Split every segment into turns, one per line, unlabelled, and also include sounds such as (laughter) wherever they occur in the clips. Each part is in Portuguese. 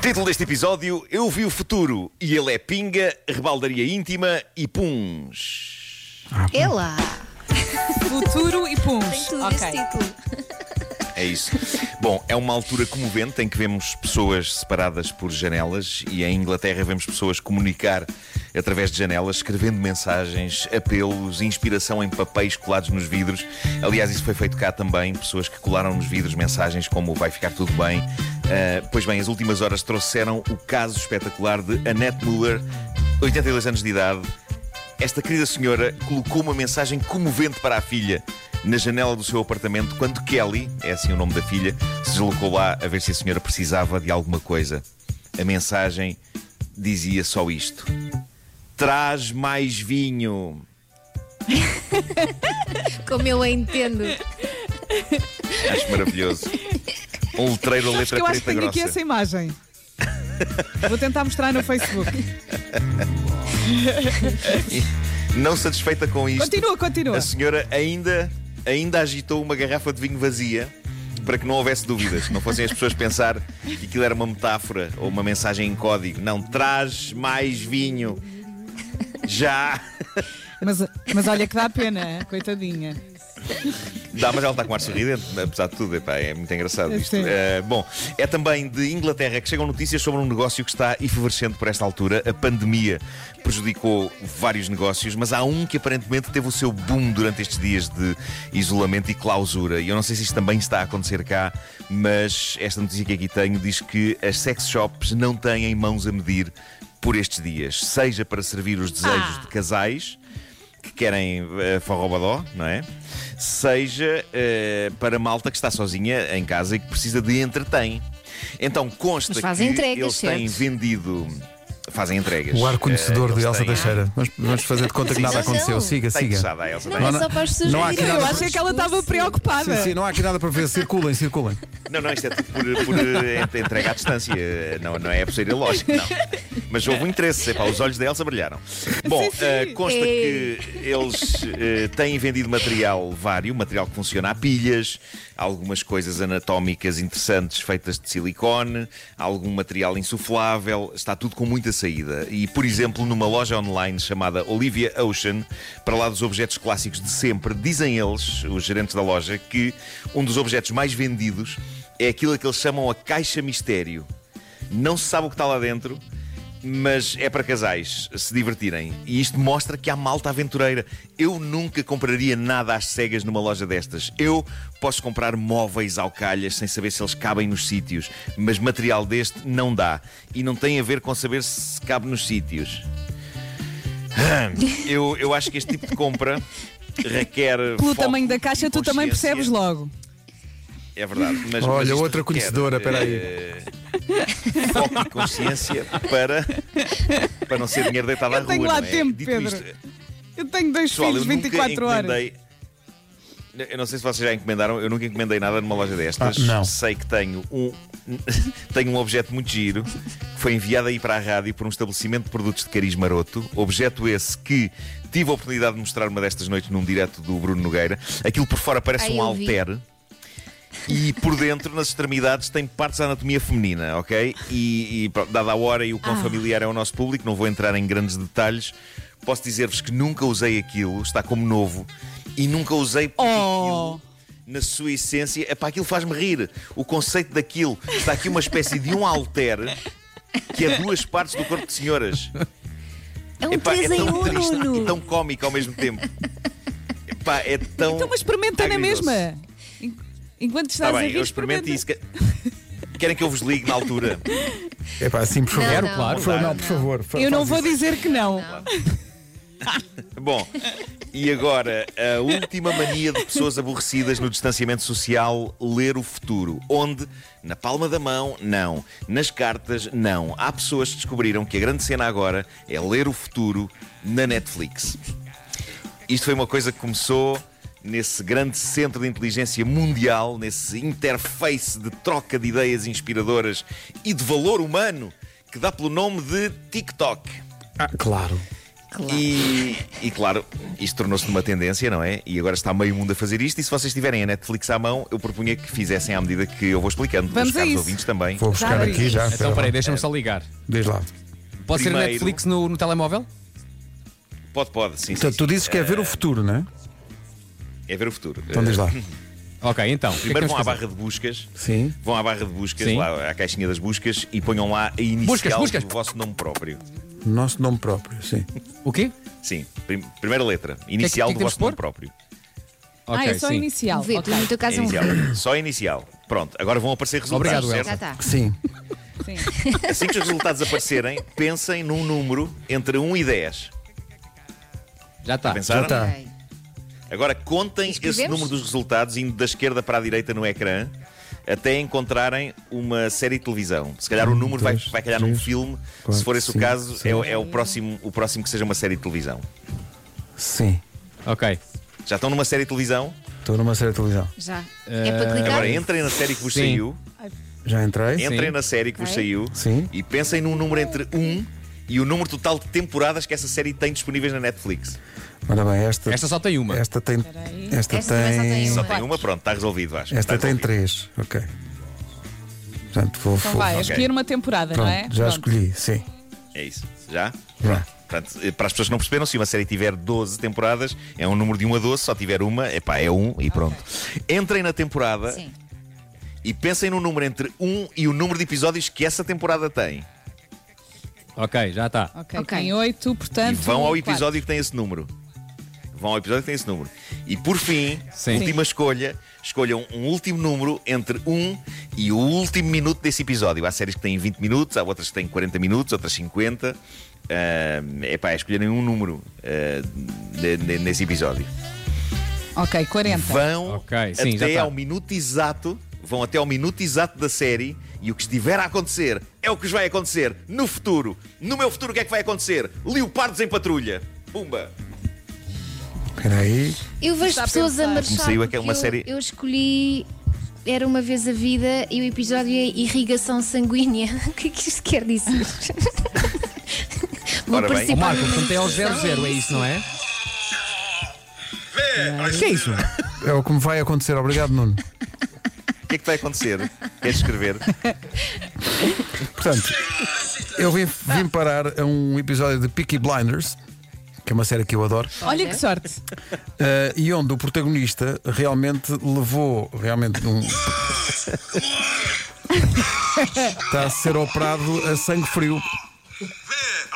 Título deste episódio: Eu vi o futuro e ele é pinga, rebaldaria íntima e puns.
É lá.
Futuro e puns.
Tudo tipo.
Ok.
esse título.
É isso. Bom, é uma altura comovente em que vemos pessoas separadas por janelas e em Inglaterra vemos pessoas comunicar através de janelas, escrevendo mensagens, apelos, inspiração em papéis colados nos vidros. Aliás, isso foi feito cá também, pessoas que colaram nos vidros mensagens como vai ficar tudo bem. Ah, pois bem, as últimas horas trouxeram o caso espetacular de Annette Muller, 82 anos de idade, Esta querida senhora colocou uma mensagem comovente para a filha na janela do seu apartamento quando Kelly, é assim o nome da filha, se deslocou lá a ver se a senhora precisava de alguma coisa. A mensagem dizia só isto: Traz mais vinho.
Como eu a entendo.
Acho
(laughs)
maravilhoso. Um letreiro a
Sabes que
letra
eu acho
preta
que tenho aqui
grossa.
essa imagem.
(laughs)
Vou tentar mostrar no Facebook.
Não satisfeita com isto,
Continua, continua.
a senhora ainda, ainda agitou uma garrafa de vinho vazia para que não houvesse dúvidas, que não fossem as pessoas pensar que aquilo era uma metáfora ou uma mensagem em código. Não, traz mais vinho. Já!
Mas, mas olha que dá pena, hein? coitadinha.
Dá, mas ela está com ar sorridente, apesar de tudo, epá, é muito engraçado isto.
Sim.
Eh, bom, é também de Inglaterra que chegam notícias sobre um negócio que está efervescente por esta altura. A pandemia prejudicou vários negócios, mas há um que aparentemente teve o seu boom durante estes dias de isolamento e clausura. E eu não sei se isto também está a acontecer cá, mas esta notícia que aqui tenho diz que as sex shops não têm mãos a medir por estes dias, seja para servir os desejos
Ah.
de casais que querem eh, forrobadó, não é? Seja eh, para malta que está sozinha em casa e que precisa de entretém. Então consta
Mas fazem
que
entregas,
eles têm
certo?
vendido. Fazem entregas.
O ar conhecedor
Eh,
de
eles
Elsa
têm-
Teixeira. Vamos, vamos fazer de conta que
Sim,
nada
não,
aconteceu.
não.
Siga,
Está
siga.
interessada Eh, a Elsa
Não
Teixeira.
é
Não,
só para as pessoas
não há
rirem.
aqui nada
Eu
para-
achei
é
que ela estava preocupada.
Sim, sim, não há aqui nada para ver. Circulem, circulem.
Não, não, isto é tudo por, por, eh, ent- entrega à distância. Não, não é a pulseira, lógico, não. Mas houve um interesse, epá, os olhos da Elsa brilharam. Bom,
Sim, É. sim.
eh, consta
Ei.
que eles eh, têm vendido material vário, material que funciona a pilhas, algumas coisas anatómicas interessantes feitas de silicone, algum material insuflável, está tudo com muita saída. E, por exemplo, numa loja online chamada Olivia Ocean, para lá dos objetos clássicos de sempre, dizem eles, os gerentes da loja, que um dos objetos mais vendidos é aquilo a que eles chamam a caixa mistério. Não se sabe o que está lá dentro, mas é para casais se divertirem. E isto mostra que há malta aventureira. Eu nunca compraria nada às cegas numa loja destas. Eu posso comprar móveis ao calhas sem saber se eles cabem nos sítios, mas material deste não dá. E não tem a ver com saber se cabe nos sítios.
(laughs)
Eu, eu acho que este tipo de compra requer.
Pelo
foco
tamanho da caixa,
e
tu também
consciência.
percebes logo.
É verdade. Mas,
Olha,
mas isto
outra
requer,
conhecedora, espera aí.
eh, Foco e consciência para, para não ser dinheiro deitado
Eu
à rua.
tenho lá
não é?
tempo,
Dito
Pedro.
isto,
Eu tenho dois
pessoal,
filhos,
eu nunca
24 horas.
encomendei. um Eu não sei se vocês já encomendaram, eu nunca encomendei nada numa loja destas.
Ah, não.
Sei que tenho um, (laughs) tenho um objeto muito giro que foi enviado aí para a rádio por um estabelecimento de produtos de cariz maroto. Objeto esse que tive a oportunidade de mostrar uma destas noites num direto do Bruno Nogueira. Aquilo por fora parece
Ah,
Ai,
um
eu vi.
alter. E por dentro, nas extremidades, tem partes da anatomia feminina, ok? E, e pronto, dada a hora e o
Ah.
quão familiar é o nosso público, não vou entrar em grandes detalhes. Posso dizer-vos que nunca usei aquilo, está como novo, e nunca usei porque
Oh.
aquilo, na sua essência, epá, aquilo faz-me rir. O conceito daquilo está aqui uma espécie de um alter que é duas partes do corpo de senhoras.
É um
Epá, é
3 em
tão
1,
triste e
Nuno.
tão cómico ao mesmo tempo. Epá, é tão.
Então, mas experimenta na
agridoce.
mesma. En- Enquanto
Está
estás a
bem,
rir,
eu experimento
experimenta.
isso. Querem que eu vos ligue na altura?
É pá, sim, por favor.
Quero, não, claro.
Por favor,
não.
Não, por favor. fa-
Eu não
faz
vou
isso.
dizer que não.
Bom, e agora a última mania de pessoas aborrecidas no distanciamento social: ler o futuro. Onde? Na palma da mão, não. Nas cartas, não. Há pessoas que descobriram que a grande cena agora é ler o futuro na Netflix. Isto foi uma coisa que começou nesse grande centro de inteligência mundial, nesse interface de troca de ideias inspiradoras e de valor humano que dá pelo nome de TikTok.
Ah, claro.
Claro.
E, e, claro, isto tornou-se uma tendência, não é? E agora está meio mundo a fazer isto. E se vocês tiverem a Netflix à mão, eu propunha que fizessem à medida que eu vou explicando.
Vamos
Os
a
caros
isso.
ouvintes também.
Vou buscar
Claro.
aqui já.
Então, peraí, deixa-me só ligar.
Diz lá.
Pode ser
Primeiro-
Netflix no, no telemóvel?
Pode, pode, sim.
Então
Portanto,
sim,
tu
sim.
dizes que é ver o futuro, não é?
É ver o futuro.
Então diz lá.
Ok, então. o que é que
Primeiro
temos
vão
que
à
fazer?
barra de buscas.
Sim.
Vão à barra de buscas,
Sim.
lá à caixinha das buscas e ponham lá a inicial
Buscas, buscas.
do vosso nome próprio.
Nosso nome próprio, sim.
O quê?
Sim, prim- primeira letra. Inicial
que é
do
que temos
vosso
que pôr?
nome próprio.
Ok,
ah, é só
sim.
inicial.
Um V,
ok.
no teu caso é um V.
Inicial. Só inicial. Pronto, agora vão aparecer resultados.
Obrigado,
certo?
Elsa.
Já está.
Sim.
Sim.
Assim que os resultados aparecerem, pensem num número entre 1 e 10.
Já Ah, está.
Pensaram?
Já está.
Ok.
Agora contem esse
Escrevemos?
número dos resultados indo da esquerda para a direita no ecrã até encontrarem uma série de televisão. Se calhar o número vai,
Hum, dois,
vai calhar num
três,
filme,
quatro,
se for esse
cinco,
o caso, é,
seis.
o- é o, próximo, o próximo que seja uma série de televisão.
Sim.
Ok.
Já estão numa série de televisão?
Estou numa série de televisão.
Já. É para clicar?
Eh, Agora entrem na série que vos
Sim.
saiu,
Já entrei?
entrem
Sim.
na série que vos
Ok.
saiu
Sim.
e pensem num número entre 1 e o número total de temporadas que essa série tem disponíveis na Netflix.
Ora bem, esta,
Esta só tem uma.
esta tem.
aí.
Esta,
Esta também só tem
Só
uma.
tem uma, pronto, está resolvido, acho.
Esta tem três. Ok. Portanto, vou.
Então
vou-
vai,
Ok.
escolher uma temporada,
Pronto,
não é?
já
Pronto.
escolhi, sim.
É isso. Já?
Já.
Portanto, eh, para as pessoas que não perceberam, se uma série tiver 12 temporadas, é um número de 1 a 12, se só tiver uma, epá, é 1 e pronto. Entrem na temporada
Sim.
e pensem no número entre 1 e o número de episódios que essa temporada tem.
Ok, já está.
Ok,
Ok.
tem oito, portanto.
e vão ao
quatro.
episódio que tem esse número. Vão ao episódio que tem esse número. E por fim,
Sim.
última escolha, escolham um último número entre 1 e o último minuto desse episódio. Há séries que têm 20 minutos, há outras que têm 40 minutos, outras 50. é pá, escolherem um número ah, ne- ne- nesse episódio.
Ok, 40.
Vão
Ok, sim, já
até
tá.
ao minuto exato, vão até ao minuto exato da série e o que estiver a acontecer é o que os vai acontecer no futuro. No meu futuro, o que é que vai acontecer? Leopardos em patrulha. Pumba!
Espera aí.
Eu vejo
Está a
pessoas a
pensar.
marchar.
Me saiu aqui
porque
uma
eu,
série-
eu escolhi. Era uma vez a vida e o episódio é irrigação sanguínea. (laughs) O que é que isto quer dizer? Vou
Ora bem.
participar
Ó Marco,
numa
portanto é ao
discussão,
00, é isso, não é? que é isso?
É o que me vai acontecer. Obrigado, Nuno.
O que é que vai acontecer? Queres
(laughs)
escrever?
Portanto, eu vim, vim parar a um episódio de Peaky Blinders, que é uma série que eu adoro,
Olha que sorte.
eh, e onde o protagonista realmente levou realmente um. Está a ser operado a sangue frio.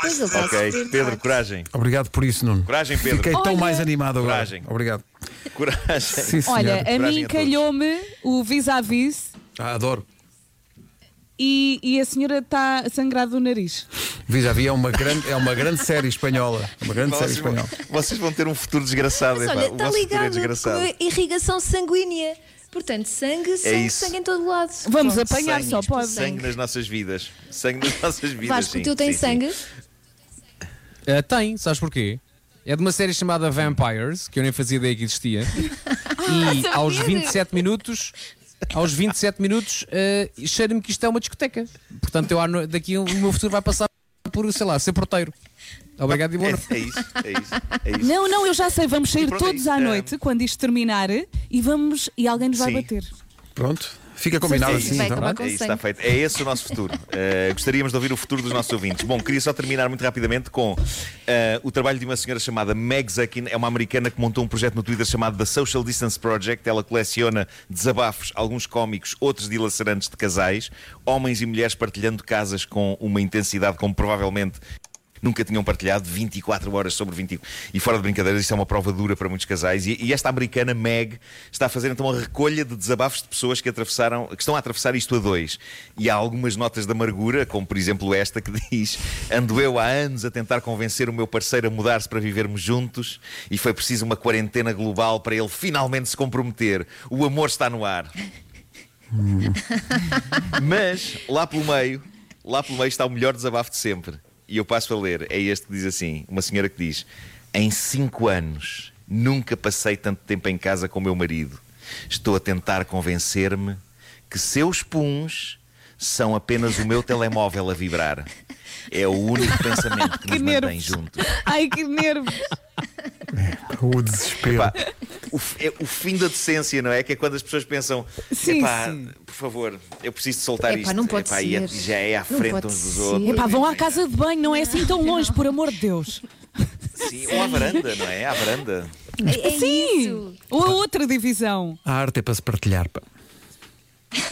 Pois ele está a
ok,
sofrer,
Pedro,
claro.
coragem.
Obrigado por isso, Nuno.
Coragem, Pedro.
Fiquei tão
Olha.
mais animado agora.
Coragem.
Obrigado.
Coragem.
Sim, senhor.
Olha,
eh,
a
Coragem
mim
a todos.
calhou-me o vis-à-vis
Ah, adoro.
e, e a senhora está a sangrar do nariz.
Vis a vis é uma grande, é uma grande série espanhola. É Uma
é
grande série
Vocês vão,
espanhola.
vocês vão ter um futuro desgraçado.
Mas
epá.
olha,
o
está
vosso futuro é
ligado
desgraçado. É
com a irrigação sanguínea. Portanto, sangue, sangue,
isso.
sangue em todo lado.
Vamos
Pronto.
apanhar só, pode.
Sangue nas nossas vidas. Sangue nas nossas vidas.
Vasco,
sim,
o teu tem
sim, sim.
sangue?
Ah, tem, sabes porquê? É de uma série chamada Vampires, que eu nem fazia ideia
(laughs)
que existia. e
Ah, sabia?
aos 27 minutos, aos 27 minutos, ah, cheira-me que isto é uma discoteca. Portanto, eu, à no- daqui o meu futuro vai passar por, sei lá, ser porteiro. Obrigado e boa noite.
É, é isso, é isso. É isso.
Não, não, eu já sei, vamos sair
pronto, é
todos
isso.
à
Ah,
noite quando isto terminar e vamos e alguém nos vai
Sim.
bater.
Pronto. Fica combinado
Sim, sim,
assim,
vai
então.
acabar com
É isso,
sangue.
está feito. É esse o nosso
(laughs)
futuro. Uh, gostaríamos de ouvir o futuro dos nossos ouvintes. Bom, queria só terminar muito rapidamente com uh, o trabalho de uma senhora chamada Meg Zuckin. É uma americana que montou um projeto no Twitter chamado The Social Distance Project. Ela coleciona desabafos, alguns cómicos, outros dilacerantes de casais, homens e mulheres partilhando casas com uma intensidade como provavelmente nunca tinham partilhado 24 horas sobre 20 e fora de brincadeiras, isto é uma prova dura para muitos casais e, e esta americana Meg está a fazer então a recolha de desabafos de pessoas que atravessaram, que estão a atravessar isto a dois e há algumas notas de amargura como por exemplo esta que (laughs) diz ando eu há anos a tentar convencer o meu parceiro a mudar-se para vivermos juntos e foi preciso uma quarentena global para ele finalmente se comprometer o amor está no ar mas, lá pelo meio, lá pelo meio está o melhor desabafo de sempre. E eu passo a ler. É este que diz assim: uma senhora que diz: Em cinco anos nunca passei tanto tempo em casa com o meu marido. Estou a tentar convencer-me que seus puns são apenas o meu telemóvel a vibrar. É o único pensamento que,
Que
nos mantém
nervos.
juntos.
(laughs) Ai, que nervos.
O desespero.
Pá, o, f- é o fim da decência, não é? Que é quando as pessoas pensam,
Sim,
"Epá,
sim.
por favor, eu preciso de soltar
Epá,
isto.
não pode
Epá, e é-
ser.
já é à
Não
frente
pode
uns dos
ser.
outros.
Epá, vão à casa de banho, não é assim tão longe, por amor de Deus.
Sim, ou à varanda, não é? À varanda.
É, é
Sim.
isso.
Ou a outra divisão.
A arte é para se partilhar. pá.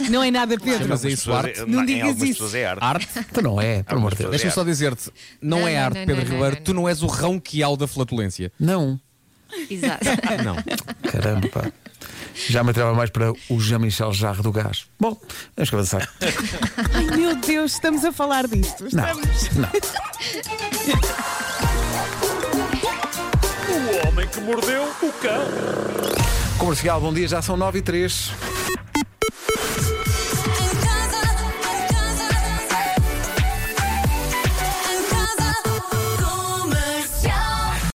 Não é nada, Pedro.
Mas é isso
Pessoas-
arte?
em
Não
em
digas
algumas
isso.
pessoas é arte.
Arte?
Então não é, pelo amor de Deus.
Deixa-me só dizer-te, não,
Não,
é
não,
arte,
não,
Pedro
não,
Ribeiro,
não,
tu não és o rão que
(laughs)
da flatulência.
Não.
Exato.
Não.
Caramba, pá. Já me atrava mais para o Jean-Michel Jarre do Gás. Bom, vamos avançar.
Ai, meu Deus, estamos a falar disto.
Não,
Estamos-
não.
O homem que mordeu o cão.
Comercial, bom dia, já são 9 e 3.